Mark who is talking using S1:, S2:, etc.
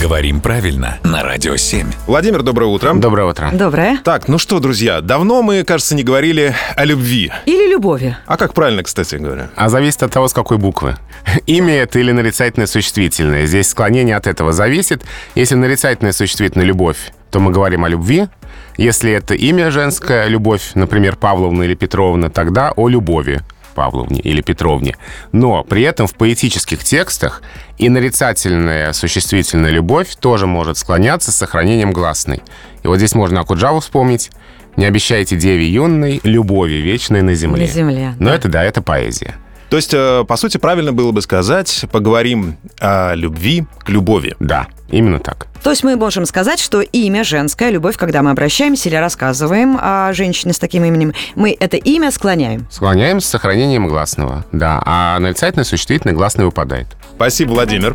S1: Говорим правильно на Радио 7.
S2: Владимир, доброе утро.
S3: Доброе утро.
S4: Доброе.
S2: Так, ну что, друзья, давно мы, кажется, не говорили о любви.
S4: Или любови.
S2: А как правильно, кстати говоря?
S3: А зависит от того, с какой буквы. Имя это или нарицательное существительное. Здесь склонение от этого зависит. Если нарицательное существительное «любовь», то мы говорим о любви. Если это имя женское, любовь, например, Павловна или Петровна, тогда о любови. Павловне или Петровне. Но при этом в поэтических текстах и нарицательная существительная любовь тоже может склоняться с сохранением гласной. И вот здесь можно Акуджаву вспомнить. Не обещайте деве юной любови вечной на земле.
S4: На земле,
S3: Но
S4: да.
S3: это да, это поэзия.
S2: То есть, э, по сути, правильно было бы сказать, поговорим о любви к любови.
S3: Да, именно так.
S4: То есть мы можем сказать, что имя женское, любовь, когда мы обращаемся или рассказываем о женщине с таким именем, мы это имя склоняем.
S3: Склоняем с сохранением гласного. Да, а нарицательное существительное гласное выпадает.
S2: Спасибо, Владимир.